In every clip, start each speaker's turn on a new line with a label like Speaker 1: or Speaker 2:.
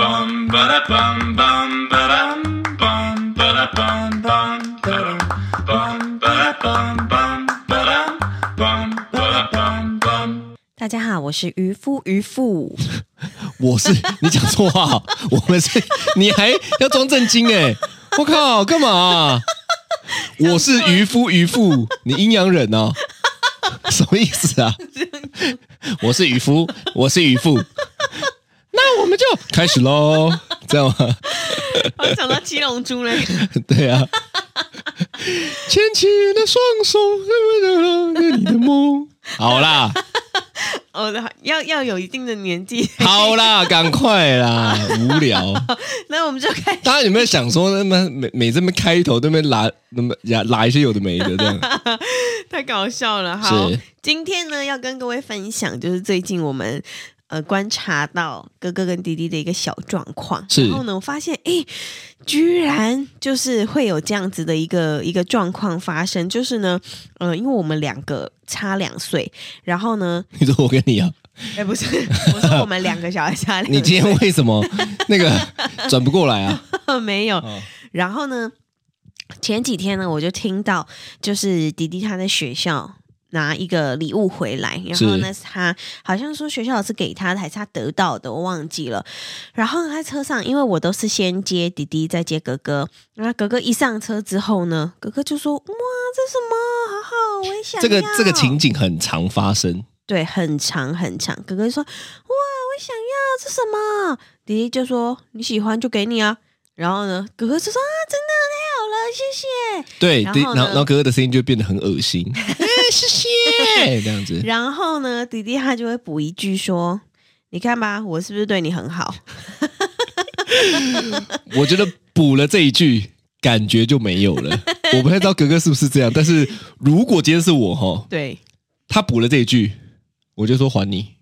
Speaker 1: bum ba da bum bum ba dum bum ba da bum bum ba dum bum ba da bum bum ba dum bum ba da bum bum.
Speaker 2: 大家好，我是渔夫渔妇。
Speaker 3: 我是 你讲错话哦，我们是你还要装正经哎，我靠，干嘛啊、我是渔夫渔妇，你阴阳人哦，什么意思啊？我是渔夫，我是渔妇，那我们就开始喽，这样吗？
Speaker 2: 我想到七龙珠嘞，
Speaker 3: 对啊，牵起你的双手，你的梦，好啦。
Speaker 2: 哦，要要有一定的年纪，
Speaker 3: 好啦，赶快啦，无聊。
Speaker 2: 那我们就开
Speaker 3: 大家有没有想说，那么每每这么开头，对不对？拉那么呀，拉一些有的没的这样。
Speaker 2: 太搞笑了。好
Speaker 3: 是，
Speaker 2: 今天呢要跟各位分享，就是最近我们呃观察到哥哥跟弟弟的一个小状况。
Speaker 3: 是
Speaker 2: 然后呢，我发现诶，居然就是会有这样子的一个一个状况发生，就是呢，呃，因为我们两个差两岁，然后呢，
Speaker 3: 你说我跟你啊，
Speaker 2: 哎，不是，我说我们两个小孩差两岁，
Speaker 3: 你今天为什么 那个转不过来 啊？
Speaker 2: 没有。然后呢，前几天呢，我就听到就是迪迪他在学校。拿一个礼物回来，然后呢，他好像说学校老师给他的还是他得到的，我忘记了。然后他车上，因为我都是先接弟弟，再接哥哥。那哥哥一上车之后呢，哥哥就说：“哇，这什么？好好，我也想要。”
Speaker 3: 这个这个情景很常发生，
Speaker 2: 对，很长很长。哥哥就说：“哇，我想要这什么？”弟弟就说：“你喜欢就给你啊。”然后呢，哥哥就说：“啊，真的太好了，谢谢。
Speaker 3: 对，
Speaker 2: 然
Speaker 3: 对
Speaker 2: 后
Speaker 3: 然
Speaker 2: 呢
Speaker 3: 后然后哥哥的声音就变得很恶 心，哎谢谢，这样”子，
Speaker 2: 然后呢，弟弟他就会补一句说：“你看吧，我是不是对你很好
Speaker 3: 我觉得补了这一句，感觉就没有 了。我不太知道哥哥是不是这样，但是如果今天是我哈？”，
Speaker 2: 对，
Speaker 3: 他补了这一句，我就说 还你。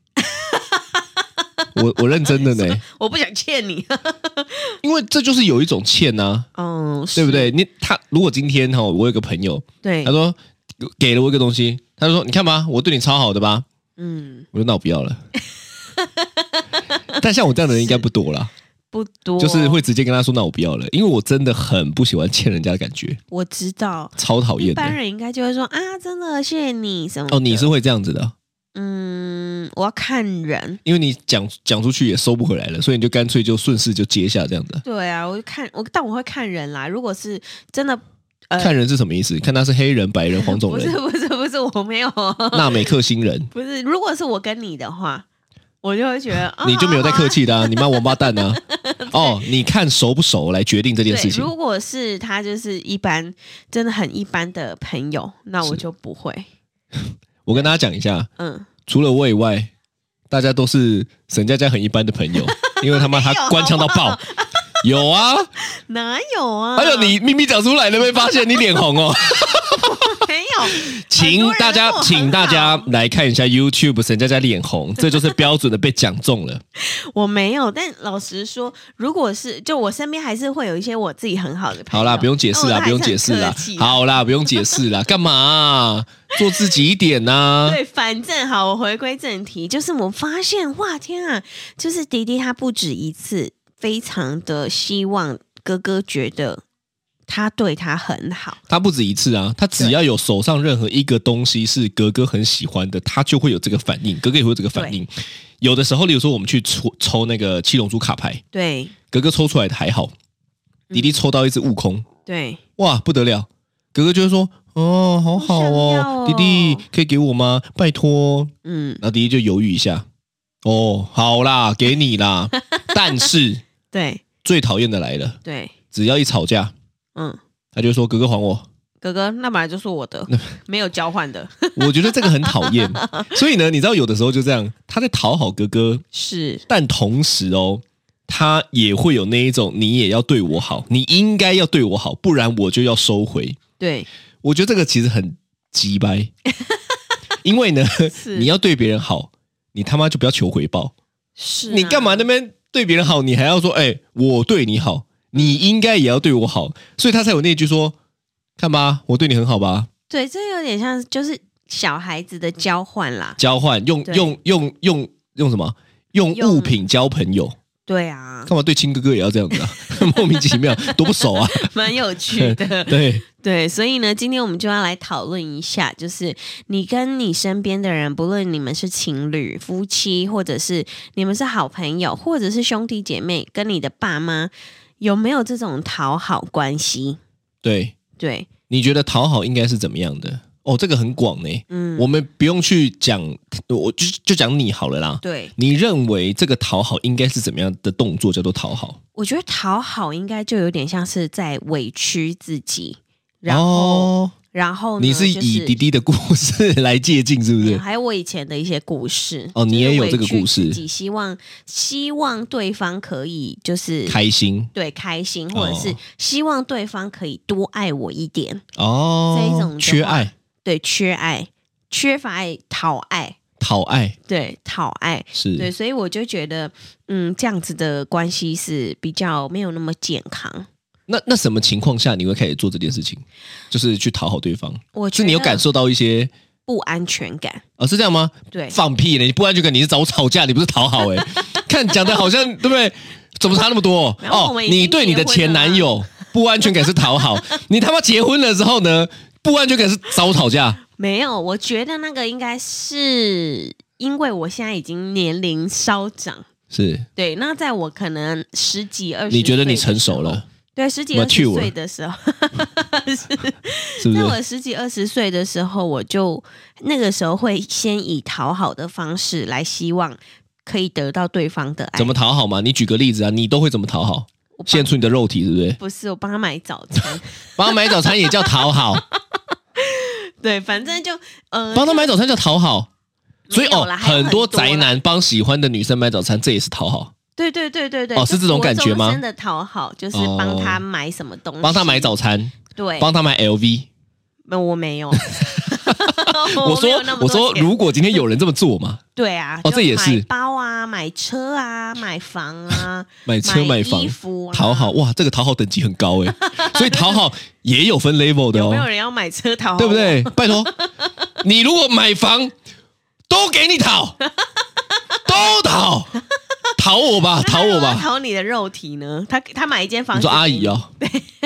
Speaker 3: 我我认真的呢，
Speaker 2: 我不想欠你。啊
Speaker 3: 因为这就是有一种欠啊，
Speaker 2: 嗯，
Speaker 3: 对不
Speaker 2: 是？嗯
Speaker 3: 对？你他如果今天哈、我有个朋友，
Speaker 2: 对
Speaker 3: 他，说给了我一个东西，他就说你看吧，我对你超好的吧，
Speaker 2: 嗯，
Speaker 3: 我说那我不要了。 但像我这样的人应该不多啦，
Speaker 2: 不多，
Speaker 3: 就是会直接跟他说那我不要了，因为我真的很不喜欢欠人家的感觉，
Speaker 2: 我知道，
Speaker 3: 超讨
Speaker 2: 一
Speaker 3: 厌
Speaker 2: 般
Speaker 3: 的。
Speaker 2: 人应该就会说：“啊，真的谢谢你什么的？”
Speaker 3: 哦，你是会这样子的，
Speaker 2: 嗯，我要看人。
Speaker 3: 因为你讲讲出去也收不回来了，所以你就干脆就顺势就接下这样子。
Speaker 2: 对啊，我就看我，但我会看人啦。如果是真的，呃
Speaker 3: 看人是什么意思？看他是黑人、白人、黄种
Speaker 2: 不是
Speaker 3: 人、
Speaker 2: 不是不是，我没有，
Speaker 3: 纳美克星人，
Speaker 2: 不是。如果是我跟你的话，我就会觉得、啊、
Speaker 3: 你就没有在客
Speaker 2: 气
Speaker 3: 气的啊！你妈王八 蛋啊！哦，你看熟不熟来决定这件事
Speaker 2: 对，
Speaker 3: 情。
Speaker 2: 如果是他就是一般，真的很一般的朋友，那我就不会。
Speaker 3: 我跟大家讲一下，
Speaker 2: 嗯，
Speaker 3: 除了我以外，大家都是沈佳佳很一般 的朋友，因为他妈
Speaker 2: 没有啊嗯
Speaker 3: 他官腔
Speaker 2: 好
Speaker 3: 到
Speaker 2: 不
Speaker 3: 爆。有啊，
Speaker 2: 哪有啊？
Speaker 3: 还有哎你秘密讲出来了，没发现你脸 红哦？
Speaker 2: 没有？很
Speaker 3: 请
Speaker 2: 多人哦
Speaker 3: 大家
Speaker 2: 跟我，很
Speaker 3: 请大家
Speaker 2: 好
Speaker 3: 来看一下 YouTube 沈佳佳脸红，这就是标准的被讲 中了。
Speaker 2: 我没有。但老实说，如果是就我身边还是会有一些我自己很好的朋友。嗯
Speaker 3: 好啦，不用解释
Speaker 2: 哦那我
Speaker 3: 啦，
Speaker 2: 都
Speaker 3: 不用
Speaker 2: 还是
Speaker 3: 解
Speaker 2: 很
Speaker 3: 释啦
Speaker 2: 客气，
Speaker 3: 好啦，不用解释啦，干嘛啊、做自己一点啊呐、
Speaker 2: 对，反正好，我回归正题，就是我发现，哇，天啊，就是迪迪他不止一次非常的希望哥哥觉得他对他很好，
Speaker 3: 他不止一次啊，他只要有手上任何一个东西是哥哥很喜欢的，他就会有这个反应，哥哥也会有这个反应。有的时候，例如说我们去抽抽那个七龙珠卡牌，
Speaker 2: 对
Speaker 3: 哥哥抽出来的还好，
Speaker 2: 嗯
Speaker 3: 弟弟抽到一只悟空，
Speaker 2: 对，
Speaker 3: 哇，不得了！哥哥就会说：“哦，好好
Speaker 2: 我
Speaker 3: 哦
Speaker 2: 想，要哦
Speaker 3: 弟弟可以给我吗？拜托。”
Speaker 2: 嗯，
Speaker 3: 然后弟弟就犹豫一下，哦，好啦，给你啦。 但是
Speaker 2: 对
Speaker 3: 最讨厌的来了，
Speaker 2: 对，
Speaker 3: 只要一吵架，
Speaker 2: 嗯，
Speaker 3: 他就说：“哥哥还我。
Speaker 2: 哥哥那本来就是我 的，没有交换的，”
Speaker 3: 我觉得这个很讨厌。所以呢，你知道有的时候就这样，他在讨好哥哥，
Speaker 2: 是
Speaker 3: 但同时哦，他也会有那一种你也要对我好，你应该要对我好，不然我就要收回。
Speaker 2: 对，
Speaker 3: 我觉得这个其实很 鸡掰，因为呢，
Speaker 2: 是
Speaker 3: 你要对别人好，你他妈就不要求回报。
Speaker 2: 是、啊
Speaker 3: 你干嘛？那边对别人好，你还要说，哎、我对你好，你应该也要对我好，所以他才有那句说，看吧，我对你很好吧，
Speaker 2: 对，这有点像就是小孩子的交换啦，
Speaker 3: 交换用
Speaker 2: 对
Speaker 3: 用用用用什么？用
Speaker 2: 用
Speaker 3: 物品交朋友，
Speaker 2: 对啊，
Speaker 3: 干嘛对亲哥哥也要这样子啊？ 莫名其妙，多不熟啊！
Speaker 2: 蛮有趣 的。
Speaker 3: 对，
Speaker 2: 对，所以呢，今天我们就要来讨论一下，就是你跟你身边的人，不论你们是情侣、夫妻，或者是你们是好朋友，或者是兄弟姐妹，跟你的爸妈有没有这种讨好关系？
Speaker 3: 对，
Speaker 2: 对，
Speaker 3: 你觉得讨好应该是怎么样的？哦，这个很广呢、
Speaker 2: 嗯，
Speaker 3: 我们不用去讲，我就就讲你好了啦。
Speaker 2: 对，
Speaker 3: 你认为这个讨好应该是怎么样的动作叫做讨好？
Speaker 2: 我觉得讨好应该就有点像是在委屈自己，然后，
Speaker 3: 哦、
Speaker 2: 然后呢
Speaker 3: 你是以
Speaker 2: 就是
Speaker 3: 滴滴的故事来借镜，是不
Speaker 2: 嗯
Speaker 3: 是？
Speaker 2: 还有我以前的一些故事
Speaker 3: 哦你
Speaker 2: 就是
Speaker 3: 也有
Speaker 2: 委
Speaker 3: 这个
Speaker 2: 屈
Speaker 3: 故事
Speaker 2: 自己希望希望对方可以就是
Speaker 3: 开心
Speaker 2: 对开心，或者是
Speaker 3: 哦
Speaker 2: 希望对方可以多爱我一点，
Speaker 3: 哦，
Speaker 2: 这一种的话
Speaker 3: 缺爱、
Speaker 2: 对，缺爱、缺乏爱、讨爱，
Speaker 3: 讨爱
Speaker 2: 对，讨爱，
Speaker 3: 是
Speaker 2: 对，所以我就觉得，嗯，这样子的关系是比较没有那么健康。
Speaker 3: 那那什么情况下你会开始做这件事情？就是去讨好对方，
Speaker 2: 我觉
Speaker 3: 是
Speaker 2: 得
Speaker 3: 你有感受到一些
Speaker 2: 不安全感，
Speaker 3: 啊、是这样吗？
Speaker 2: 对，
Speaker 3: 放屁嘞！你不安全感，你是找我吵架，你不是讨好哎、看讲的好像对不对？怎么差那么多？哦
Speaker 2: 然后我们已经
Speaker 3: 你对你的前
Speaker 2: 啊
Speaker 3: 男友不安全感是讨好，你他妈结婚了之后呢？不安全感是找我吵架，
Speaker 2: 没有，我觉得那个应该是因为我现在已经年龄稍长，
Speaker 3: 是？
Speaker 2: 对，那在我可能十几二十，
Speaker 3: 你觉得你成熟？了，
Speaker 2: 对，十几
Speaker 3: 我
Speaker 2: 二
Speaker 3: 去
Speaker 2: 十
Speaker 3: 我
Speaker 2: 岁的时候，
Speaker 3: 是不
Speaker 2: 在
Speaker 3: 是？
Speaker 2: 我十几二十岁的时候，我就那个时候会先以讨好的方式来希望可以得到对方的爱。
Speaker 3: 怎么讨好嘛？你举个例子啊，你都会怎么讨好？
Speaker 2: 我帮
Speaker 3: 献出你的肉体，是不是？
Speaker 2: 不是我帮他买早餐，
Speaker 3: 帮他买早餐也叫讨好，
Speaker 2: 对，反正就呃，
Speaker 3: 帮他买早餐叫讨好，所以
Speaker 2: 没有
Speaker 3: 哦
Speaker 2: 啦，还有
Speaker 3: 很
Speaker 2: 很
Speaker 3: 多
Speaker 2: 多
Speaker 3: 宅
Speaker 2: 啦
Speaker 3: 男帮喜欢的女生买早餐，这也是讨好，
Speaker 2: 对对对对对，
Speaker 3: 哦
Speaker 2: 就是
Speaker 3: 这种感觉吗哦
Speaker 2: 国中生的讨好就是帮他买什么东西，
Speaker 3: 帮他买早餐，
Speaker 2: 嗯对，
Speaker 3: 帮他买 LV，
Speaker 2: 没有我没有，
Speaker 3: 我
Speaker 2: 我哦没
Speaker 3: 说
Speaker 2: 有那么
Speaker 3: 我
Speaker 2: 多
Speaker 3: 说，
Speaker 2: 钱
Speaker 3: 如果今天有人这么做 嘛，
Speaker 2: 对啊，
Speaker 3: 哦
Speaker 2: 就
Speaker 3: 这也是
Speaker 2: 买包啊，买车啊，买房啊，
Speaker 3: 买车买
Speaker 2: 衣
Speaker 3: 房
Speaker 2: 服啊
Speaker 3: 讨好，哇，这个讨好等级很 高哎，所以讨好也有分 level 的
Speaker 2: 有没有
Speaker 3: 哦，
Speaker 2: 人要买车讨好？
Speaker 3: 对不？对？ 拜托，你如果买房都给你 讨，都讨，讨 我吧，啊讨我吧。
Speaker 2: 讨你的肉体呢？他他买一间房
Speaker 3: 你
Speaker 2: 子给，
Speaker 3: 说阿姨哦，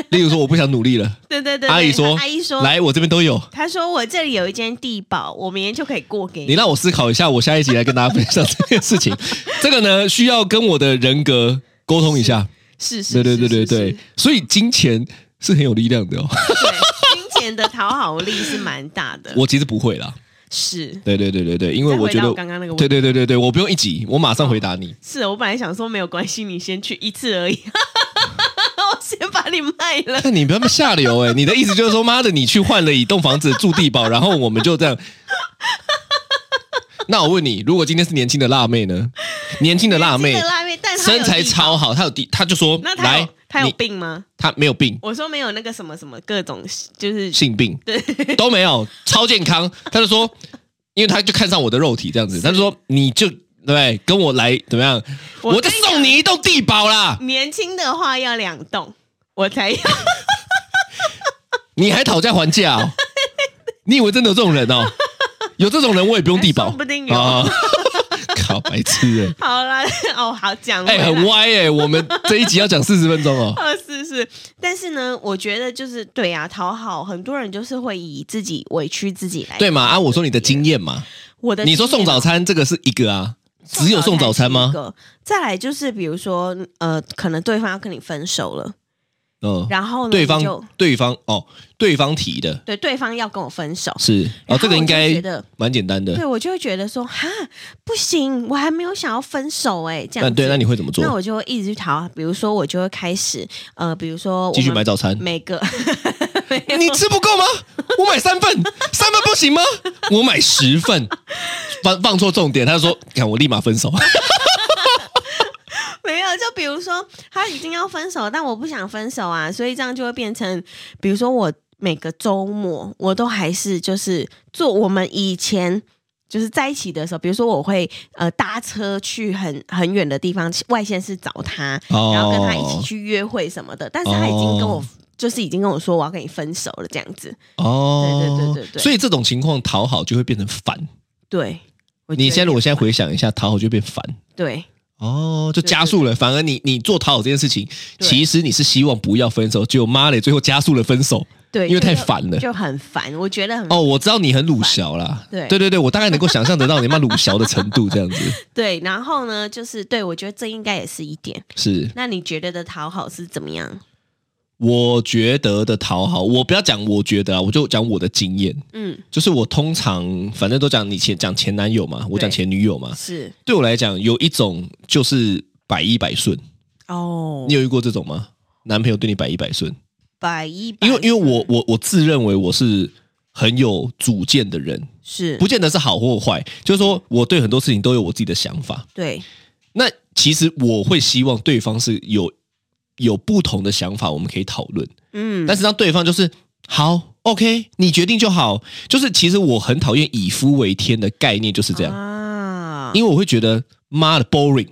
Speaker 3: 例如说我不想努力了，
Speaker 2: 对 对对，对
Speaker 3: 阿姨说，
Speaker 2: 阿姨说，
Speaker 3: 来我这边都有。
Speaker 2: 他说我这里有一间地堡，我明天就可以过给
Speaker 3: 你
Speaker 2: 你。
Speaker 3: 让我思考一下，我下一集来跟大家分享这件事 情。这个呢，需要跟我的人格沟通一下。
Speaker 2: 是是，
Speaker 3: 对对对对
Speaker 2: 是是
Speaker 3: 对，所以金钱是很有力量的哦。
Speaker 2: 对金钱的讨好力是蛮大的。
Speaker 3: 我其实不会啦，
Speaker 2: 是
Speaker 3: 对对对对对，因为
Speaker 2: 再回
Speaker 3: 我觉
Speaker 2: 到
Speaker 3: 得
Speaker 2: 我刚刚那个问
Speaker 3: 对对对对对，我不用一集，我马上回答你。
Speaker 2: 是，我本来想说没有关系，你先去一次而已， 我先把你卖了。
Speaker 3: 看你不要那么下流哎、你的意思就是说，妈的，你去换了一栋房子住地堡，然后我们就 这样。那我问你，如果今天是年轻的辣妹呢？年轻的辣 妹
Speaker 2: 这个辣妹，但她有
Speaker 3: 身材
Speaker 2: 地堡
Speaker 3: 超，好，她有地，她就说
Speaker 2: 那她
Speaker 3: 来
Speaker 2: 有，她有
Speaker 3: 你
Speaker 2: 病吗？
Speaker 3: 她没有病，
Speaker 2: 我说没有那个什么什么各种，就是
Speaker 3: 性病，都没有，超 健康。他就说，因为他就看上我的肉体这样子，他就说你就对跟我来怎么样，
Speaker 2: 我
Speaker 3: 我就
Speaker 2: 跟你讲
Speaker 3: 送你一栋地堡啦，
Speaker 2: 年轻的话要两栋，我才要。
Speaker 3: 你还讨价还 价、哦，你以为真的有这种人哦？有这种人我也不用地堡，
Speaker 2: 哎说不定有
Speaker 3: 啊。 靠，白痴哎、
Speaker 2: 好啦， 哦，好讲回
Speaker 3: 哎、
Speaker 2: 来。
Speaker 3: 很歪哎、我们这一集要讲四十分钟哦。
Speaker 2: 呃，是是，但是呢，我觉得就是对啊，讨好很多人就是会以自己委屈自己来。
Speaker 3: 对嘛？啊，我说你的经验嘛，
Speaker 2: 我哎的
Speaker 3: 你说
Speaker 2: 经
Speaker 3: 送
Speaker 2: 验啊
Speaker 3: 早，餐这个是一个啊，只有送早餐
Speaker 2: 是一
Speaker 3: 吗？
Speaker 2: 个？再来就是比如说，呃，可能对方要跟你分手了，
Speaker 3: 嗯，
Speaker 2: 然后呢，
Speaker 3: 对
Speaker 2: 你就
Speaker 3: 方对方哦，对方提的，
Speaker 2: 对对方要跟我分手，
Speaker 3: 是
Speaker 2: 然
Speaker 3: 哦，
Speaker 2: 后
Speaker 3: 这个应
Speaker 2: 我就
Speaker 3: 该
Speaker 2: 觉得
Speaker 3: 蛮简单的
Speaker 2: 对。我就会觉得说，哈，不行，我还没有想要分手哎、这样子
Speaker 3: 那啊对，那你会怎么做
Speaker 2: 那？我就会一直去讨好，比如说我就会开始，呃，比如说我
Speaker 3: 继续
Speaker 2: 们
Speaker 3: 买早餐？
Speaker 2: 每 个，
Speaker 3: 你吃不够吗？我买三份，三份不行吗？我买十份，放放错重点，他就说：“看我立 马分手。
Speaker 2: 没有，就比如说他已经要分手，但我不想分手啊，所以这样就会变成，比如说我每个周末我都还是就是做我们以前。就是在一起的时候，比如说我会呃搭车去很很远的地方，外县市找他，
Speaker 3: 哦
Speaker 2: 然后跟他一起去约会什么的。但是他已经跟我、
Speaker 3: 哦
Speaker 2: 就是已经跟我说我要跟你分手了这样子。”
Speaker 3: 哦，
Speaker 2: 对对对对对
Speaker 3: 所以这种情况讨好就会变成烦。
Speaker 2: 对，我觉
Speaker 3: 你
Speaker 2: 得
Speaker 3: 现在如果现在
Speaker 2: 有关
Speaker 3: 回想一下，讨好就变烦
Speaker 2: 对
Speaker 3: 哦，就加速了。反而你你做讨好这件事情，
Speaker 2: 对
Speaker 3: 其实你是希望不要分手，结果妈嘞，最后加速了分手。
Speaker 2: 对，
Speaker 3: 因为
Speaker 2: 就
Speaker 3: 太烦了
Speaker 2: 就很烦，我觉得很
Speaker 3: 哦，我知道你很鲁小啦，
Speaker 2: 对
Speaker 3: 对对对，我大概能够想象得到你妈鲁小的程度，这样子
Speaker 2: 对。然后呢，就是对我觉得这应该也是一点。
Speaker 3: 是。
Speaker 2: 那你觉得的讨好是怎么样？
Speaker 3: 我觉得的讨好，我不要讲我觉得啊，我就讲我的经验，
Speaker 2: 嗯，
Speaker 3: 就是我通常反正都讲你前讲前男友嘛，我讲前女友嘛，
Speaker 2: 是
Speaker 3: 对我来讲有一种就是百依百顺，
Speaker 2: 哦
Speaker 3: 你，有遇过这种吗？男朋友对你百依百顺，
Speaker 2: 百依百
Speaker 3: 因为因为我
Speaker 2: 顺
Speaker 3: 我我自认为我是很有主见的人，
Speaker 2: 是
Speaker 3: 不见得是好或坏，就是说我对很多事情都有我自己的想法。
Speaker 2: 对
Speaker 3: 那其实我会希望对方是有有不同的想法，我们可以讨论。
Speaker 2: 嗯，
Speaker 3: 但是让对方就是好，OK，你决定就好。就是其实我很讨厌以夫为天的概念，就是这样，
Speaker 2: 啊，
Speaker 3: 因为我会觉得妈的 boring，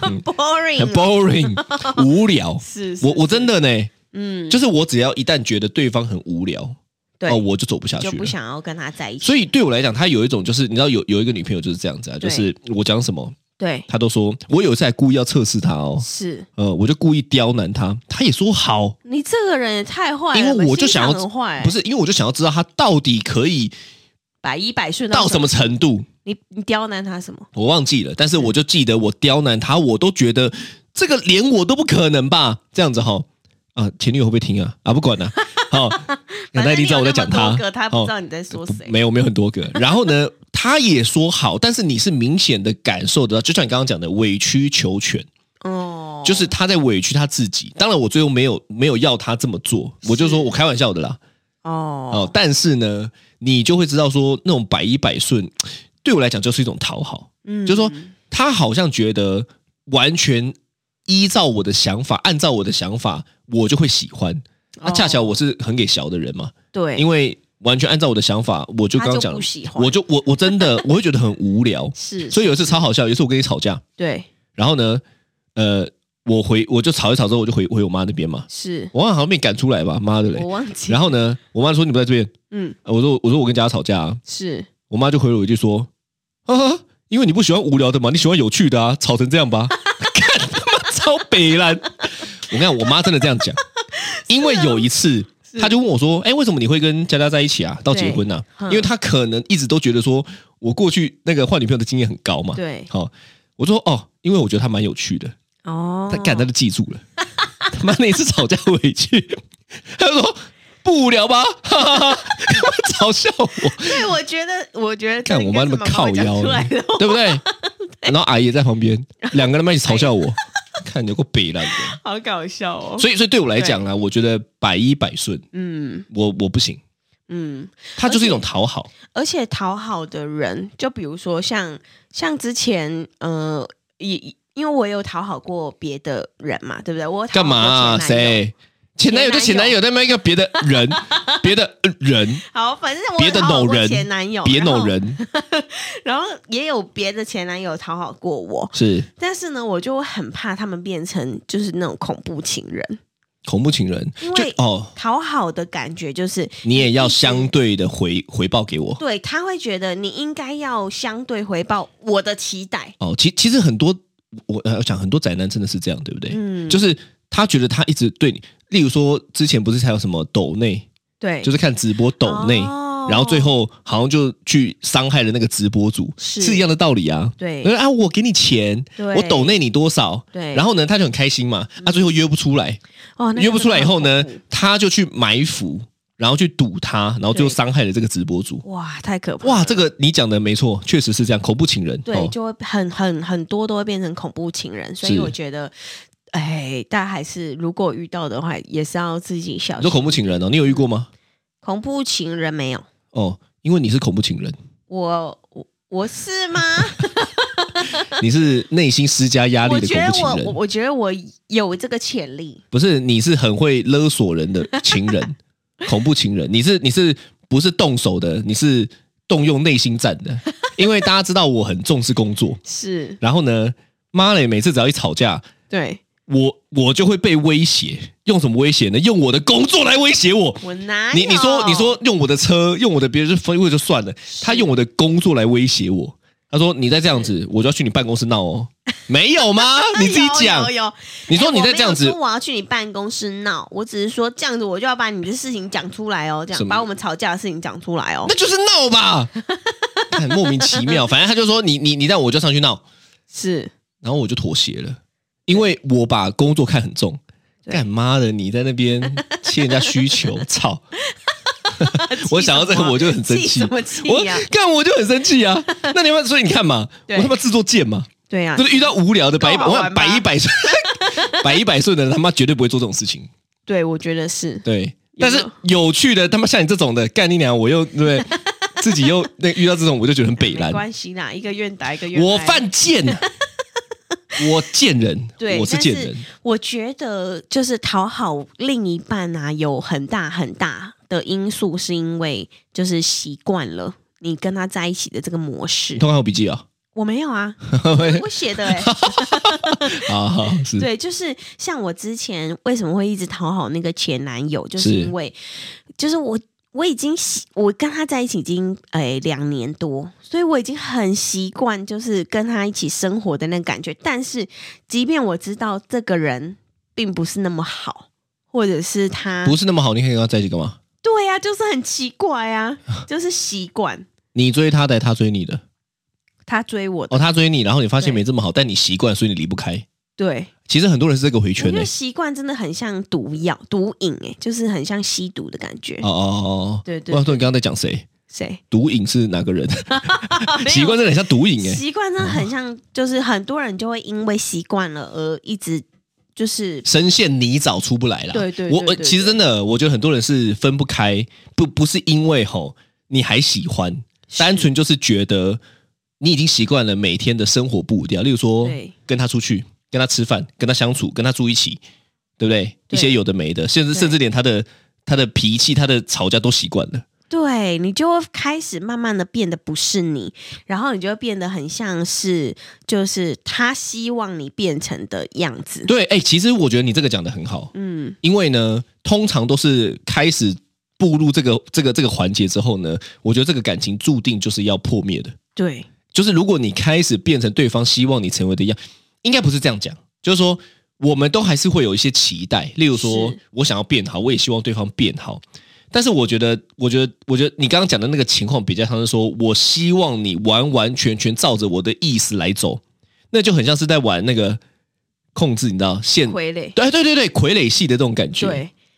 Speaker 2: boring
Speaker 3: 很
Speaker 2: 啊
Speaker 3: boring，无聊。
Speaker 2: 是是
Speaker 3: 我我真的呢，
Speaker 2: 嗯，
Speaker 3: 就是我只要一旦觉得对方很无聊，
Speaker 2: 对
Speaker 3: 哦，我就走不下去
Speaker 2: 就不
Speaker 3: 了。
Speaker 2: 想要跟他在一起，
Speaker 3: 所以对我来讲，他有一种就是你知道有有一个女朋友就是这样子啊，就是我讲什么，
Speaker 2: 对
Speaker 3: 他都说我有一次还故意要测试他 哦，
Speaker 2: 是。
Speaker 3: 呃，我就故意刁难他，他也说好，
Speaker 2: 你这个人也太坏了，
Speaker 3: 因为我就想要
Speaker 2: 心肠很坏，
Speaker 3: 不是因为我就想要知道他到底可以
Speaker 2: 百依百顺
Speaker 3: 到什
Speaker 2: 么？
Speaker 3: 么程度，
Speaker 2: 你你刁难他什么？
Speaker 3: 我忘记了，但是我就记得我刁难他，我都觉得这个连我都不可能吧，这样子哈啊，前女友会不会听啊？啊，不管了、好、
Speaker 2: 反
Speaker 3: 杨代
Speaker 2: 正
Speaker 3: 理
Speaker 2: 你
Speaker 3: 知道我在讲
Speaker 2: 他
Speaker 3: 他，，哦
Speaker 2: 他不知道你在说谁。
Speaker 3: 没有没有很多个。然后呢，他也说好，但是你是明显的感受得到，就像你刚刚讲的委曲求全，
Speaker 2: 哦，
Speaker 3: 就是他在委屈他自己。当然，我最后没有没有要他这么做，我就说我开玩笑的啦。哦、
Speaker 2: 哦，
Speaker 3: 但是呢，你就会知道说那种百依百顺，对我来讲就是一种讨好，
Speaker 2: 嗯
Speaker 3: 就是说他好像觉得完全依照我的想法，按照我的想法，我就会喜欢。那恰巧
Speaker 2: 哦
Speaker 3: 我是很给小的人嘛，
Speaker 2: 对，
Speaker 3: 因为完全按照我的想法，我就刚刚
Speaker 2: 他
Speaker 3: 讲
Speaker 2: 就
Speaker 3: 了
Speaker 2: 不喜，欢
Speaker 3: 我就我我真的 我会觉得很无聊，
Speaker 2: 是，
Speaker 3: 所
Speaker 2: 以
Speaker 3: 以有一次超好笑，有一次我跟你吵架，
Speaker 2: 对
Speaker 3: 然后呢，呃，我回我就吵一吵之后，我就回回我妈那边嘛，
Speaker 2: 是，
Speaker 3: 我妈好像被赶出来吧，妈的嘞
Speaker 2: 我，忘记。
Speaker 3: 然后呢，我妈说你不在这边，
Speaker 2: 嗯，
Speaker 3: 呃我说我说我跟家吵架、啊，
Speaker 2: 是
Speaker 3: 我妈就回了我一句说，啊，因为你不喜欢无聊的嘛，你喜欢有趣的啊，吵成这样吧， 看他妈超北蓝，我跟你讲，我妈真的这样 讲，因为有一次。
Speaker 2: 啊是
Speaker 3: 她就问我说：“哎、为什么你会跟佳佳在一起啊？到结
Speaker 2: 对
Speaker 3: 婚呐、
Speaker 2: 嗯
Speaker 3: 因为她可能一直都觉得说，我过去那个换女朋友的经验很高嘛。
Speaker 2: 对
Speaker 3: 好、我说哦，因为我觉得她蛮有趣的，
Speaker 2: 哦
Speaker 3: 他，干他就记住了。 他妈那一次吵架委屈， 他就说不无聊吧， 哈哈哈，嘲笑我，
Speaker 2: 对，我觉得我觉得
Speaker 3: 看我妈那么靠腰
Speaker 2: 出来
Speaker 3: 的
Speaker 2: 的，
Speaker 3: 对不对？然后阿姨也在旁边，两个人他妈一起嘲笑我，看有个北烂的。
Speaker 2: 好搞笑哦。
Speaker 3: 所以，所以对我来讲啊，我觉得百依百顺，
Speaker 2: 嗯
Speaker 3: 我我不行，
Speaker 2: 嗯，
Speaker 3: 他就是一种讨好。
Speaker 2: 而且讨好的人，就比如说像像之前，呃，也因为我有讨好过别的人嘛，对不对？我有讨好
Speaker 3: 干嘛、
Speaker 2: 过
Speaker 3: 啊？
Speaker 2: 前男友？
Speaker 3: 谁？前男友就前男友，那么一个别的 人，别的呃人，
Speaker 2: 好，反正我
Speaker 3: 别
Speaker 2: 有
Speaker 3: 的
Speaker 2: 讨好
Speaker 3: 某
Speaker 2: 过
Speaker 3: 人，
Speaker 2: 前男友，
Speaker 3: 别
Speaker 2: 哦然后
Speaker 3: 某，人
Speaker 2: 然后也有别的前男友讨好过我，
Speaker 3: 是
Speaker 2: 但是呢，我就会很怕他们变成就是那种恐怖情人，
Speaker 3: 恐怖情人，
Speaker 2: 因
Speaker 3: 就
Speaker 2: 为
Speaker 3: 哦，
Speaker 2: 讨好的感觉就是。
Speaker 3: 你也要相对的回回报给我。
Speaker 2: 对他会觉得你应该要相对回报我的期待，
Speaker 3: 哦，其其实很多我呃，我想很多宅男真的是这样，对不对？
Speaker 2: 嗯，
Speaker 3: 就是他觉得他一直对你，例如说之前不是才有什么抖内，
Speaker 2: 对，
Speaker 3: 就是看直播抖内，
Speaker 2: 哎哦
Speaker 3: 然后最后好像就去伤害了那个直播主，
Speaker 2: 是
Speaker 3: 一样的道理啊。
Speaker 2: 对
Speaker 3: 呃啊，我给你钱，
Speaker 2: 对
Speaker 3: 我抖内你多少？
Speaker 2: 对
Speaker 3: 然后呢，他就很开心嘛。他、最后约不出来，
Speaker 2: 哦，那
Speaker 3: 约
Speaker 2: 个
Speaker 3: 不
Speaker 2: 真
Speaker 3: 出
Speaker 2: 的
Speaker 3: 来以
Speaker 2: 很
Speaker 3: 后呢
Speaker 2: 恐怖，
Speaker 3: 他就去埋伏，然后去堵他，然后最
Speaker 2: 对
Speaker 3: 后伤害了这个直播主。
Speaker 2: 哇，太可怕了！
Speaker 3: 哇，这个你讲的没错，确实是这样，恐怖情人。
Speaker 2: 对，
Speaker 3: 哦
Speaker 2: 就会很很很多都会变成恐怖情人，所以
Speaker 3: 是
Speaker 2: 我觉得，哎，大家还是如果遇到的话，也是要自己小
Speaker 3: 你
Speaker 2: 心。
Speaker 3: 说恐怖情人哦，你有遇过吗？
Speaker 2: 恐怖情人没有，
Speaker 3: 哦，因为你是恐怖情人，
Speaker 2: 我我我是 吗？
Speaker 3: 你是内心施加压力
Speaker 2: 我
Speaker 3: 的
Speaker 2: 觉
Speaker 3: 恐
Speaker 2: 得
Speaker 3: 怖情
Speaker 2: 我我
Speaker 3: 人，
Speaker 2: 我觉得我有这个潜力，
Speaker 3: 不是你是很会勒索人的情人，恐怖情人，你是你是不是动手的？你是动用内心战的，因为大家知道我很重视工作，
Speaker 2: 是
Speaker 3: 然后呢，妈嘞，每次只要一吵架，
Speaker 2: 对
Speaker 3: 我我就会被威胁，用什么威胁呢？用我的工作来威胁我，
Speaker 2: 我哪
Speaker 3: 你你说
Speaker 2: 有
Speaker 3: 你说用我的车，用我的别人分位就算了，他用我的工作来威胁我。他说：“你再这样子，我就要去你办公室闹哦。”没 有吗？你自己讲
Speaker 2: 有。有有，
Speaker 3: 你说
Speaker 2: 哎
Speaker 3: 你在这样
Speaker 2: 我没
Speaker 3: 子
Speaker 2: 有说我要去你办公室闹，我只是说这样子我就要把你的事情讲出来哦，这
Speaker 3: 什
Speaker 2: 样
Speaker 3: 么
Speaker 2: 把我们吵架的事情讲出来哦
Speaker 3: 那。就是 闹吧，看莫名其妙。反正他就说你你你让我就上去闹，
Speaker 2: 是，
Speaker 3: 然后我就妥协了，因为我把工作看很重。
Speaker 2: 对
Speaker 3: 干妈的，你在 那边切人家需求，操！ 我想到这
Speaker 2: 气什
Speaker 3: 个
Speaker 2: 么
Speaker 3: 我就很生
Speaker 2: 气
Speaker 3: 气，
Speaker 2: 什么气
Speaker 3: 我
Speaker 2: 呀、
Speaker 3: 干我就很生气啊！那你们所以你看嘛，我
Speaker 2: 对
Speaker 3: 他妈自作贱嘛，
Speaker 2: 对呀、啊
Speaker 3: 就，是遇到无聊的百依百
Speaker 2: 够好
Speaker 3: 我
Speaker 2: 玩
Speaker 3: 看百依 百顺，百依百顺的人他妈绝对不会做这种事情。
Speaker 2: 对，我觉得是。
Speaker 3: 对，
Speaker 2: 有
Speaker 3: 但
Speaker 2: 没
Speaker 3: 是
Speaker 2: 有
Speaker 3: 有趣的，他妈像你这种的，干你娘！我又对不对？自己又那遇到这种，我就觉得很北
Speaker 2: 没
Speaker 3: 蓝。
Speaker 2: 关系啦，一个愿打一个愿挨。
Speaker 3: 我犯 贱，我贱人，
Speaker 2: 对，
Speaker 3: 我是
Speaker 2: 但
Speaker 3: 贱人。
Speaker 2: 我觉得就是讨好另一半啊，有很大很大的因素，是因为就是习惯了你跟他在一起的这个模式
Speaker 3: 你。偷看我笔记 啊？
Speaker 2: 我没有啊，我写 的哎、
Speaker 3: 好好是，
Speaker 2: 对，就是像我之前为什么会一直讨好那个前男友，就是
Speaker 3: 是
Speaker 2: 因为就是我我已经习我跟他在一起已经诶两、年多，所以我已经很习惯就是跟他一起生活的那个感觉。但是即便我知道这个人并不是那么好，或者是他
Speaker 3: 不是那么好，你可以跟他在一起干嘛？
Speaker 2: 对呀、就是很奇怪啊，就是习惯
Speaker 3: 你追他的，他追你的。
Speaker 2: 他追我的，
Speaker 3: 哦，他追你，然后你发现
Speaker 2: 对
Speaker 3: 没这么好，但你习惯，所以你离不开。
Speaker 2: 对。
Speaker 3: 其哦实很多人是这个回
Speaker 2: 我
Speaker 3: 圈
Speaker 2: 觉
Speaker 3: 的、
Speaker 2: 得习惯真的很像毒药、毒瘾，哎，就是很像吸毒的感觉。
Speaker 3: 哦哦哦哦，
Speaker 2: 对对
Speaker 3: 我想说你刚刚在讲谁？
Speaker 2: 谁？
Speaker 3: 毒瘾是哪个人？
Speaker 2: 啊没有
Speaker 3: 习惯真的很像毒 瘾哎、
Speaker 2: 习惯真的很像，就是很多人就会因为习惯了而一直就是
Speaker 3: 深陷泥沼出不来啦。
Speaker 2: 对对对
Speaker 3: 我我
Speaker 2: 对
Speaker 3: 其实真的，我觉得很多人是分不开，不不是因为吼你还喜欢，
Speaker 2: 是
Speaker 3: 单纯就是觉得你已经习惯了每天的生活步调，例如说
Speaker 2: 对
Speaker 3: 跟他出去、跟他吃饭、跟他相处、跟他住一起，对不对？
Speaker 2: 对
Speaker 3: 一些有的没的，甚至
Speaker 2: 对
Speaker 3: 甚至连他的他的脾气、他的吵架都习惯了。
Speaker 2: 对你就会开始慢慢的变得不是你，然后你就会变得很像是就是他希望你变成的样子。
Speaker 3: 对，哎、其实我觉得你这个讲的很好，
Speaker 2: 嗯，
Speaker 3: 因为呢，通常都是开始。步入这个这个这个环节之后呢，我觉得这个感情注定就是要破灭的。
Speaker 2: 对，
Speaker 3: 就是如果你开始变成对方希望你成为的样，应该不是这样讲，就是说我们都还是会有一些期待，例如说
Speaker 2: 是
Speaker 3: 我想要变好，我也希望对方变好。但是我觉得，我觉得，我觉得你刚刚讲的那个情况比较像是说，我希望你完完全全照着我的意思来走，那就很像是在玩那个控制，你知道线，
Speaker 2: 傀儡。
Speaker 3: 对对对对，傀儡戏的这种感觉，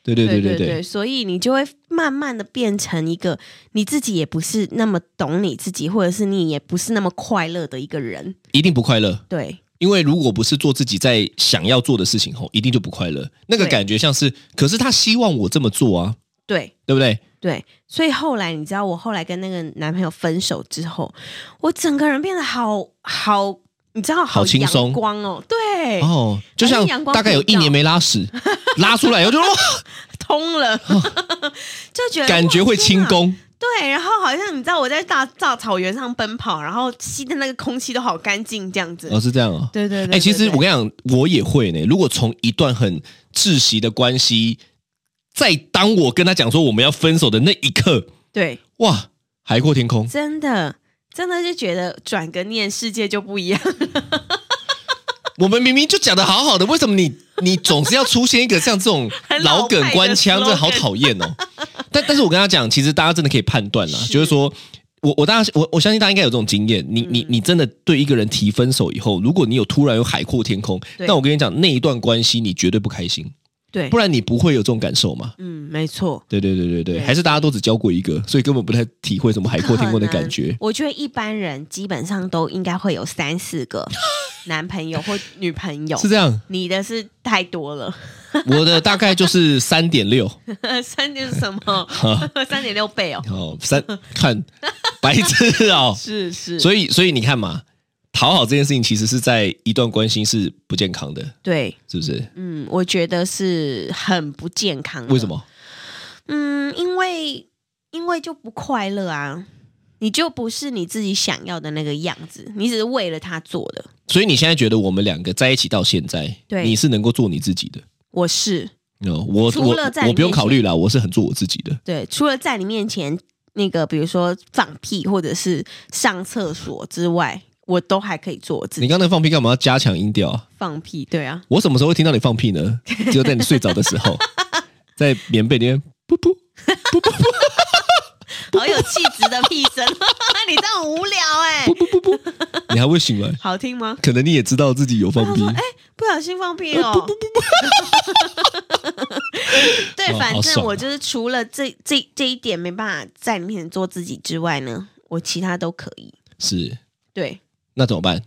Speaker 2: 对
Speaker 3: 对对对
Speaker 2: 对
Speaker 3: 对对，
Speaker 2: 所以你就会慢慢的变成一个你自己也不是那么懂你自己，或者是你也不是那么快乐的一个人。
Speaker 3: 一定不快乐。
Speaker 2: 对，
Speaker 3: 因为如果不是做自己在想要做的事情后，一定就不快乐。那个
Speaker 2: 对
Speaker 3: 感觉像是，可是他希望我这么做啊，
Speaker 2: 对，
Speaker 3: 对不对？
Speaker 2: 对，所以后来你知道，我后来跟那个男朋友分手之后，我整个人变得好好，你知道
Speaker 3: 好轻松
Speaker 2: 阳光哦，对，
Speaker 3: 哦，就
Speaker 2: 反
Speaker 3: 像
Speaker 2: 正阳光
Speaker 3: 大概有一年没拉屎，拉出来以 后就哇，哦
Speaker 2: 通了，就觉得
Speaker 3: 感觉会轻。
Speaker 2: 哇天哪
Speaker 3: 功。
Speaker 2: 对，然后好像你知道我在大大草原上奔跑，然后吸的那个空气都好干净，这样子。
Speaker 3: 哦，是这样啊、哦。
Speaker 2: 对对对
Speaker 3: 哎、其实
Speaker 2: 对
Speaker 3: 我跟你讲，我也会呢。如果从一段很窒息的关系，在当我跟他讲说我们要分手的那一刻，
Speaker 2: 对
Speaker 3: 哇，海阔天空。
Speaker 2: 真的真的就觉得转个念世界就不一样。
Speaker 3: 我们明明就讲的好好的，为什么你 你总是要出现一个像这种
Speaker 2: 很
Speaker 3: 老
Speaker 2: 老派的
Speaker 3: 梗官腔，
Speaker 2: slogan
Speaker 3: 真的好讨厌哦。但但是我跟他讲，其实大家真的可以判断啦，
Speaker 2: 是
Speaker 3: 就是说。我我大家我我相信大家应该有这种经验，你
Speaker 2: 嗯
Speaker 3: 你你真的对一个人提分手以后，如果你有突然有海阔天空，
Speaker 2: 对
Speaker 3: 那我跟你讲那一段关系你绝对不开心，
Speaker 2: 对
Speaker 3: 不，然你不会有这种感受嘛。
Speaker 2: 嗯，没错。
Speaker 3: 对对对对对，
Speaker 2: 对
Speaker 3: 还是大家都只交过一个，所以根本不太体会什么海阔天空的感
Speaker 2: 可
Speaker 3: 觉
Speaker 2: 能。我觉得一般人基本上都应该会有三四 个男朋友或女朋友
Speaker 3: 是。这样，
Speaker 2: 你的是太多了，
Speaker 3: 我的大概就是三点六。
Speaker 2: 三点什 么？三点六倍哦，
Speaker 3: 哦，三看白痴哦，
Speaker 2: 是是，以
Speaker 3: 所以所以你看嘛，讨好这件事情其实是在一段关系是不健康的，
Speaker 2: 对，
Speaker 3: 是不是？
Speaker 2: 嗯，我觉得是很不健康。
Speaker 3: 为什？么？
Speaker 2: 嗯，因为因为就不快乐啊，你就不是你自己想要的那个样子，你只是为了他做的。
Speaker 3: 所以你现在觉得我们两个在一起到现在，
Speaker 2: 对
Speaker 3: 你是能够做你自己的。
Speaker 2: 我是
Speaker 3: 哦，我
Speaker 2: 除
Speaker 3: 我
Speaker 2: 了在
Speaker 3: 我
Speaker 2: 你
Speaker 3: 不用
Speaker 2: 面前
Speaker 3: 考虑啦，我是很做我自己的。
Speaker 2: 对，除了在你面前那个，比如说放屁或者是上厕所之外，我都还可以做我自
Speaker 3: 你
Speaker 2: 己
Speaker 3: 刚刚那个放屁干嘛要加强音调啊？
Speaker 2: 放屁，对啊，
Speaker 3: 我什么时候会听到你放 屁呢？只有在你睡着的时候，在棉被里面噗噗噗噗噗
Speaker 2: 好有气质的屁声， 你这样很无聊哎、
Speaker 3: 噗噗噗，你还会醒来。
Speaker 2: 好听吗？
Speaker 3: 可能你也知道自己有放
Speaker 2: 他
Speaker 3: 屁
Speaker 2: 说：“，哎、不小心放屁
Speaker 3: 呃
Speaker 2: 哦。对
Speaker 3: 哇，
Speaker 2: 反
Speaker 3: 好
Speaker 2: 正
Speaker 3: 爽
Speaker 2: 我
Speaker 3: 啊
Speaker 2: 就是除了这这这一点没办法在你面前做自己之外呢，我其他都可以。
Speaker 3: 是
Speaker 2: 对，
Speaker 3: 那怎么办？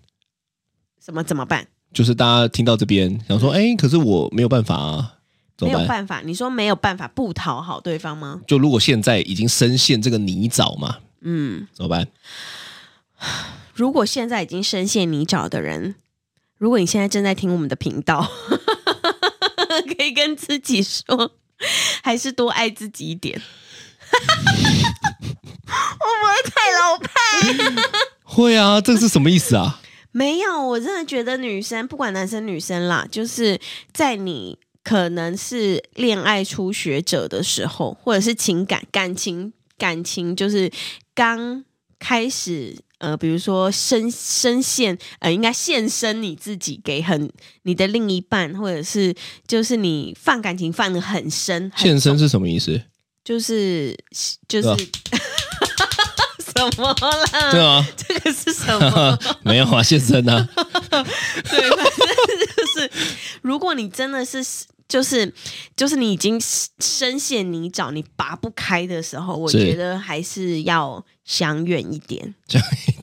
Speaker 2: 什么怎么办？
Speaker 3: 就是大家听到这边想说，哎，可是我没有办法啊，怎
Speaker 2: 嗯没
Speaker 3: 么
Speaker 2: 有
Speaker 3: 办？
Speaker 2: 办法，你说没有办法不讨好对方吗？
Speaker 3: 就如果现在已经深陷这个泥沼嘛，
Speaker 2: 嗯，
Speaker 3: 怎么办？
Speaker 2: 如果现在已经深陷泥沼的人，如果你现在正在听我们的频道， 可以跟自己说，还是多爱自己一 点。我不会太老派。
Speaker 3: 会啊，这是什么意思啊？
Speaker 2: 没有，我真的觉得女生不管男生女生啦，就是在你可能是恋爱初学者的时候，或者是情感感情感情就是刚开始。呃，比如说深深陷，呃，应该献身你自己给很你的另一半，或者是就是你放感情放的很深， 很
Speaker 3: 现身是什么意思？
Speaker 2: 就是就是、
Speaker 3: 啊
Speaker 2: 什么啦？
Speaker 3: 对啊，
Speaker 2: 这个是什么？
Speaker 3: 没有啊，现 身啊，
Speaker 2: 对，反正就是，如果你真的是就是就是你已经深陷泥沼，你拔不开的时候，我
Speaker 3: 是
Speaker 2: 觉得还是要想远一点，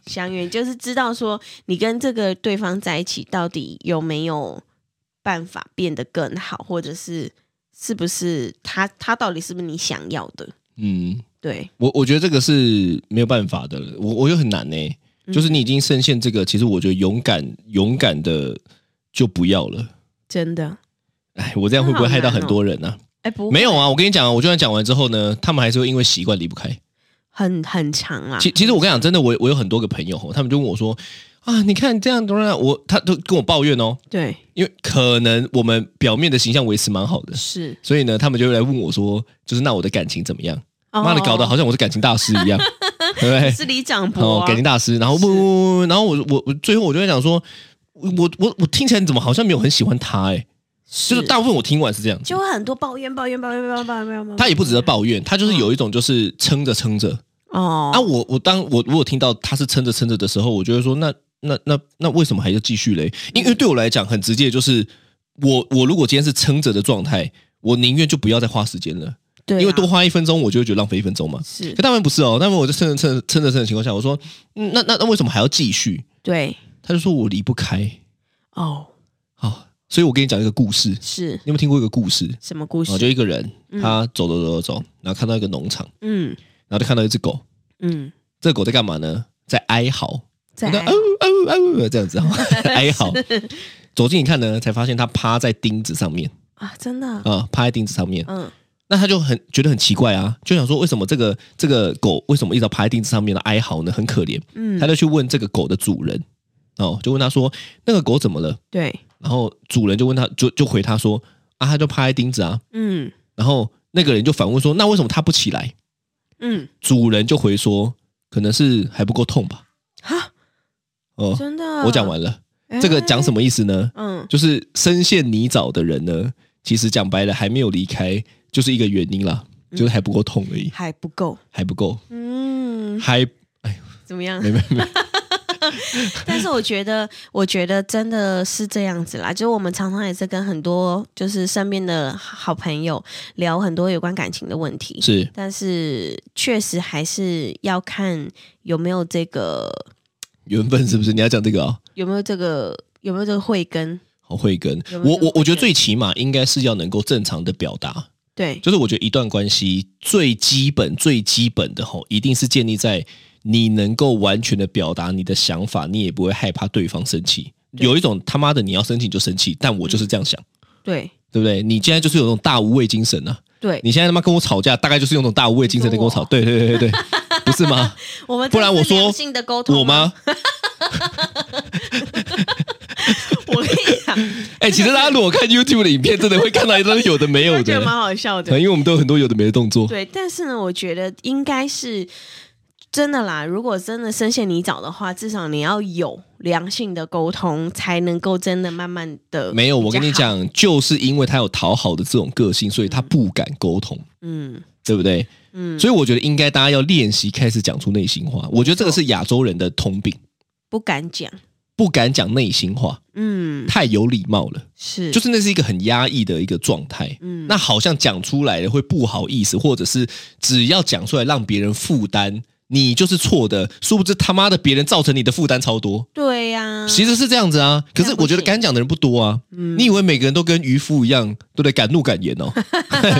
Speaker 2: 想远就是知道说你跟这个对方在一起到底有没有办法变得更好，或者是是不是他他到底是不是你想要的？
Speaker 3: 嗯，
Speaker 2: 对，
Speaker 3: 我我觉得这个是没有办法的，我我又很难呢、
Speaker 2: 嗯
Speaker 3: 就是你已经深陷这个，其实我觉得勇敢勇敢的就不要了。
Speaker 2: 真的，
Speaker 3: 哎，我这样会不会害到很多人呢、啊？
Speaker 2: 哎、不会
Speaker 3: 没有，啊，我跟你讲啊，我就算讲完之后呢，他们还是会因为习惯离不开。
Speaker 2: 很很长啊，
Speaker 3: 其其实我跟你讲，真的，我我有很多个朋友吼，他们就问我说啊，你看这样，当然我他都跟我抱怨哦，
Speaker 2: 对，
Speaker 3: 因为可能我们表面的形象维持蛮好的，
Speaker 2: 是，
Speaker 3: 所以呢，他们就会来问我说，就是那我的感情怎么样？妈的，搞得
Speaker 2: 哦
Speaker 3: 好像我是感情大师一样， 对不对？
Speaker 2: 是李长博、
Speaker 3: 哦
Speaker 2: 啊，，
Speaker 3: 感情大师，然后
Speaker 2: 是
Speaker 3: 不不不不，然后我我我最后我就会讲说，我我我听起来你怎么好像没有很喜欢他哎、欸就是大部分我听完是这样子，
Speaker 2: 就会很多抱怨，抱怨，抱怨，抱怨，抱怨，抱怨。
Speaker 3: 他也不值得抱怨，他
Speaker 2: 嗯
Speaker 3: 就是有一种就是撑着撑着、
Speaker 2: 哦，
Speaker 3: 啊，我我当我我有听到他是撑着撑着的时候，我就会说那那那那为什么还要继续嘞？因为对我来讲很直接，就是我我如果今天是撑着的状态，我宁愿就不要再花时间了，
Speaker 2: 对啊，
Speaker 3: 因为多花一分钟我就会觉得浪费一分钟嘛。
Speaker 2: 是
Speaker 3: 可大部分不是哦，大部分我就撑着撑着撑着撑着的情况下，我说、嗯那那那为什么还要继续？
Speaker 2: 对
Speaker 3: 他就说我离不开
Speaker 2: 哦，
Speaker 3: 啊、所以我给你讲一个故事，你
Speaker 2: 是
Speaker 3: 有没有听过一个故事？
Speaker 2: 什么故
Speaker 3: 啊、就
Speaker 2: 事？
Speaker 3: 一个人，他走走走走走，然后看到一个农场，
Speaker 2: 嗯
Speaker 3: 然后就看到一只狗，
Speaker 2: 嗯，
Speaker 3: 这个狗在干嘛呢？在哀嚎，
Speaker 2: 在
Speaker 3: 它嗷嗷嗷这样子哈、哀嚎。走近一看呢，才发现它趴在钉子上面
Speaker 2: 啊，真的啊，
Speaker 3: 啊、趴在钉子上面。
Speaker 2: 嗯，
Speaker 3: 那他就很觉得很奇怪啊，就想说为什么这个这个狗为什么一直趴在钉子上面的哀嚎呢？很可怜。
Speaker 2: 嗯
Speaker 3: 他就去问这个狗的主人，哦，就问他说那个狗怎么了？
Speaker 2: 对，
Speaker 3: 然后主人就问他，就就回他说啊，他就趴在钉子啊。
Speaker 2: 嗯
Speaker 3: 然后那个人就反问说，那为什么他不起来？
Speaker 2: 嗯，
Speaker 3: 主人就回说，可能是还不够痛吧。
Speaker 2: 哈，
Speaker 3: 哦，
Speaker 2: 真的，
Speaker 3: 我讲完了，
Speaker 2: 哎
Speaker 3: 这个讲什么意思呢？
Speaker 2: 嗯，
Speaker 3: 就是深陷泥沼的人呢，其实讲白了还没有离开，就是一个原因啦，就是还不够痛而已，
Speaker 2: 还不够，
Speaker 3: 还不够，
Speaker 2: 嗯，
Speaker 3: 还
Speaker 2: 怎么样？
Speaker 3: 没没没，
Speaker 2: 但是我觉得，我觉得真的是这样子啦。就是我们常常也是跟很多就是身边的好朋友聊很多有关感情的问题，
Speaker 3: 是
Speaker 2: 但是确实还是要看有没有这个
Speaker 3: 缘分是不是？你要讲这个啊、
Speaker 2: 有没有这个有没有这个慧根，
Speaker 3: 好慧根，
Speaker 2: 有没有
Speaker 3: 我我我觉
Speaker 2: 慧根
Speaker 3: 得最起码应该是要能够正常的表达，
Speaker 2: 对，
Speaker 3: 就是我觉得一段关系最基本、最基本的吼，一定是建立在你能够完全的表达你的想法，你也不会害怕对方生气。
Speaker 2: 对嗯
Speaker 3: 有一种他妈的你要生气你就生气，但我就是这样想，
Speaker 2: 对
Speaker 3: 对不对？你现在就是有那种大无畏精神啊！
Speaker 2: 对，
Speaker 3: 你现在他妈跟我吵架，大概就是用那种大无畏精神在跟我吵，
Speaker 2: 你
Speaker 3: 对对对 对对，不是吗？
Speaker 2: 我们
Speaker 3: 不然我说
Speaker 2: 性的沟通
Speaker 3: 我吗？？
Speaker 2: 我跟你 讲，
Speaker 3: 哎、其实大家如果看 YouTube 的影片，真的会看到一堆有的没有
Speaker 2: 我觉得蛮
Speaker 3: 的，
Speaker 2: 好笑
Speaker 3: 因
Speaker 2: 的，
Speaker 3: 为我们都有很多有的没的动作。
Speaker 2: 对。但是呢，我觉得应该是真的啦，如果真的深陷泥沼的话，至少你要有良性的沟通，才能够真的慢慢的。
Speaker 3: 没有，我跟你，讲，就是因为他有讨好的这种个性，所以他不敢沟通，
Speaker 2: 嗯
Speaker 3: 对不对？
Speaker 2: 嗯，
Speaker 3: 所以我觉得应该大家要练习开始讲出内心话。我觉得这个是亚洲人的通病，
Speaker 2: 不敢讲，
Speaker 3: 不敢讲内心话，
Speaker 2: 嗯，
Speaker 3: 太有礼貌了，
Speaker 2: 是，
Speaker 3: 就是那是一个很压抑的一个状态。
Speaker 2: 嗯，
Speaker 3: 那好像讲出来了会不好意思，或者是只要讲出来让别人负担，你就是错的，殊不知他妈的别人造成你的负担超多。
Speaker 2: 对呀、
Speaker 3: 其实是这样子啊，可是我觉得敢讲的人不多啊。
Speaker 2: 嗯
Speaker 3: 你以为每个人都跟渔夫一样，对不对？敢怒敢言 哦，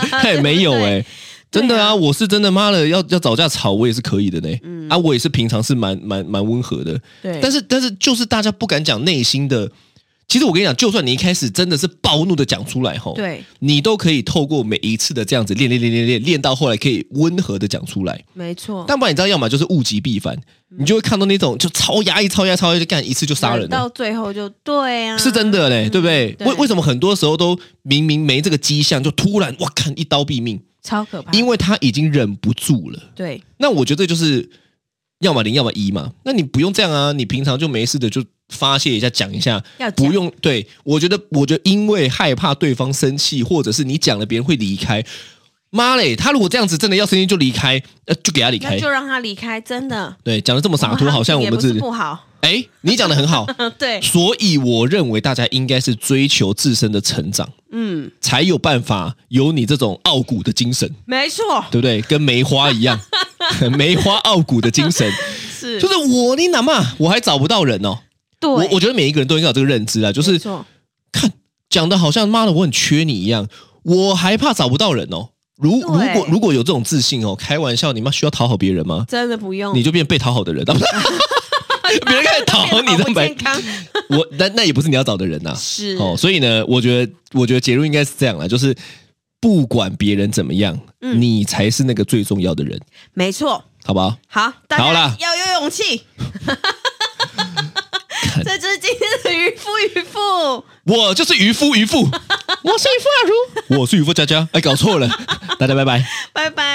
Speaker 3: 他也没有哎、
Speaker 2: 对
Speaker 3: 真的
Speaker 2: 对啊
Speaker 3: 啊，我是真的妈的要要找架吵，我也是可以的呢。
Speaker 2: 嗯
Speaker 3: 啊，我也是平常是蛮蛮蛮温和的，
Speaker 2: 对，
Speaker 3: 但是但是就是大家不敢讲内心的。其实我跟你讲，就算你一开始真的是暴怒的讲出来吼，
Speaker 2: 对，
Speaker 3: 你都可以透过每一次的这样子练练练练练练到后来可以温和的讲出来。
Speaker 2: 没错，
Speaker 3: 但不然你知道，要么就是物极必反，
Speaker 2: 嗯
Speaker 3: 你就会看到那种就超压抑、超压、超压，就干一次就杀人了
Speaker 2: 到。最后就对啊，
Speaker 3: 是真的嘞，对不对？
Speaker 2: 对
Speaker 3: 为为什么很多时候都明明没这个迹象，就突然哇看一刀毙命？
Speaker 2: 超可怕，
Speaker 3: 因为他已经忍不住了。
Speaker 2: 对
Speaker 3: 那我觉得就是要么零，要么一嘛。那你不用这样啊，你平常就没事的就发泄一下，讲一下，
Speaker 2: 要呃讲
Speaker 3: 不用。对我觉得，我觉得因为害怕对方生气，或者是你讲了别人会离开。妈嘞！他如果这样子真的要生气就离开，呃，就给他离
Speaker 2: 那
Speaker 3: 开。
Speaker 2: 就让他离开，真的
Speaker 3: 对，讲的这么洒脱，好像我
Speaker 2: 也
Speaker 3: 们
Speaker 2: 不
Speaker 3: 自
Speaker 2: 是
Speaker 3: 己
Speaker 2: 不好，
Speaker 3: 哎，你讲的 很好，
Speaker 2: 嗯，对，
Speaker 3: 所以我认为大家应该是追求自身的成长，
Speaker 2: 嗯，
Speaker 3: 才有办法有你这种傲骨的精神，
Speaker 2: 没错，
Speaker 3: 对不对？跟梅花一 样，梅花傲骨的精神，
Speaker 2: 是，
Speaker 3: 就是我你哪嘛，我还找不到人哦。
Speaker 2: 对，
Speaker 3: 我我觉得每一个人都应该有这个认知啊，就
Speaker 2: 没
Speaker 3: 是
Speaker 2: 错
Speaker 3: 讲的好像妈的我很缺你一样，我还怕找不到人哦。如如
Speaker 2: 对
Speaker 3: 果如果有这种自信哦，开玩笑，你妈需要讨好别人吗？
Speaker 2: 真的不用，
Speaker 3: 你就变被讨好的 人，别人开始讨好你，
Speaker 2: 这
Speaker 3: 这白
Speaker 2: 健康
Speaker 3: 我那那也不是你要找的人呐、
Speaker 2: 是
Speaker 3: 哦，所以呢，我觉得，我觉得结论应该是这样啦，就是不管别人怎么样，
Speaker 2: 嗯
Speaker 3: 你才是那个最重要的人，
Speaker 2: 没错。
Speaker 3: 好不好？
Speaker 2: 好，大
Speaker 3: 好
Speaker 2: 家
Speaker 3: 啦
Speaker 2: 要有勇 气。 这就是今天的渔夫渔夫，
Speaker 3: 我就是 渔夫，渔夫，我是渔夫阿如，我是渔夫佳佳。哎，搞错了，大家拜拜。
Speaker 2: 拜拜。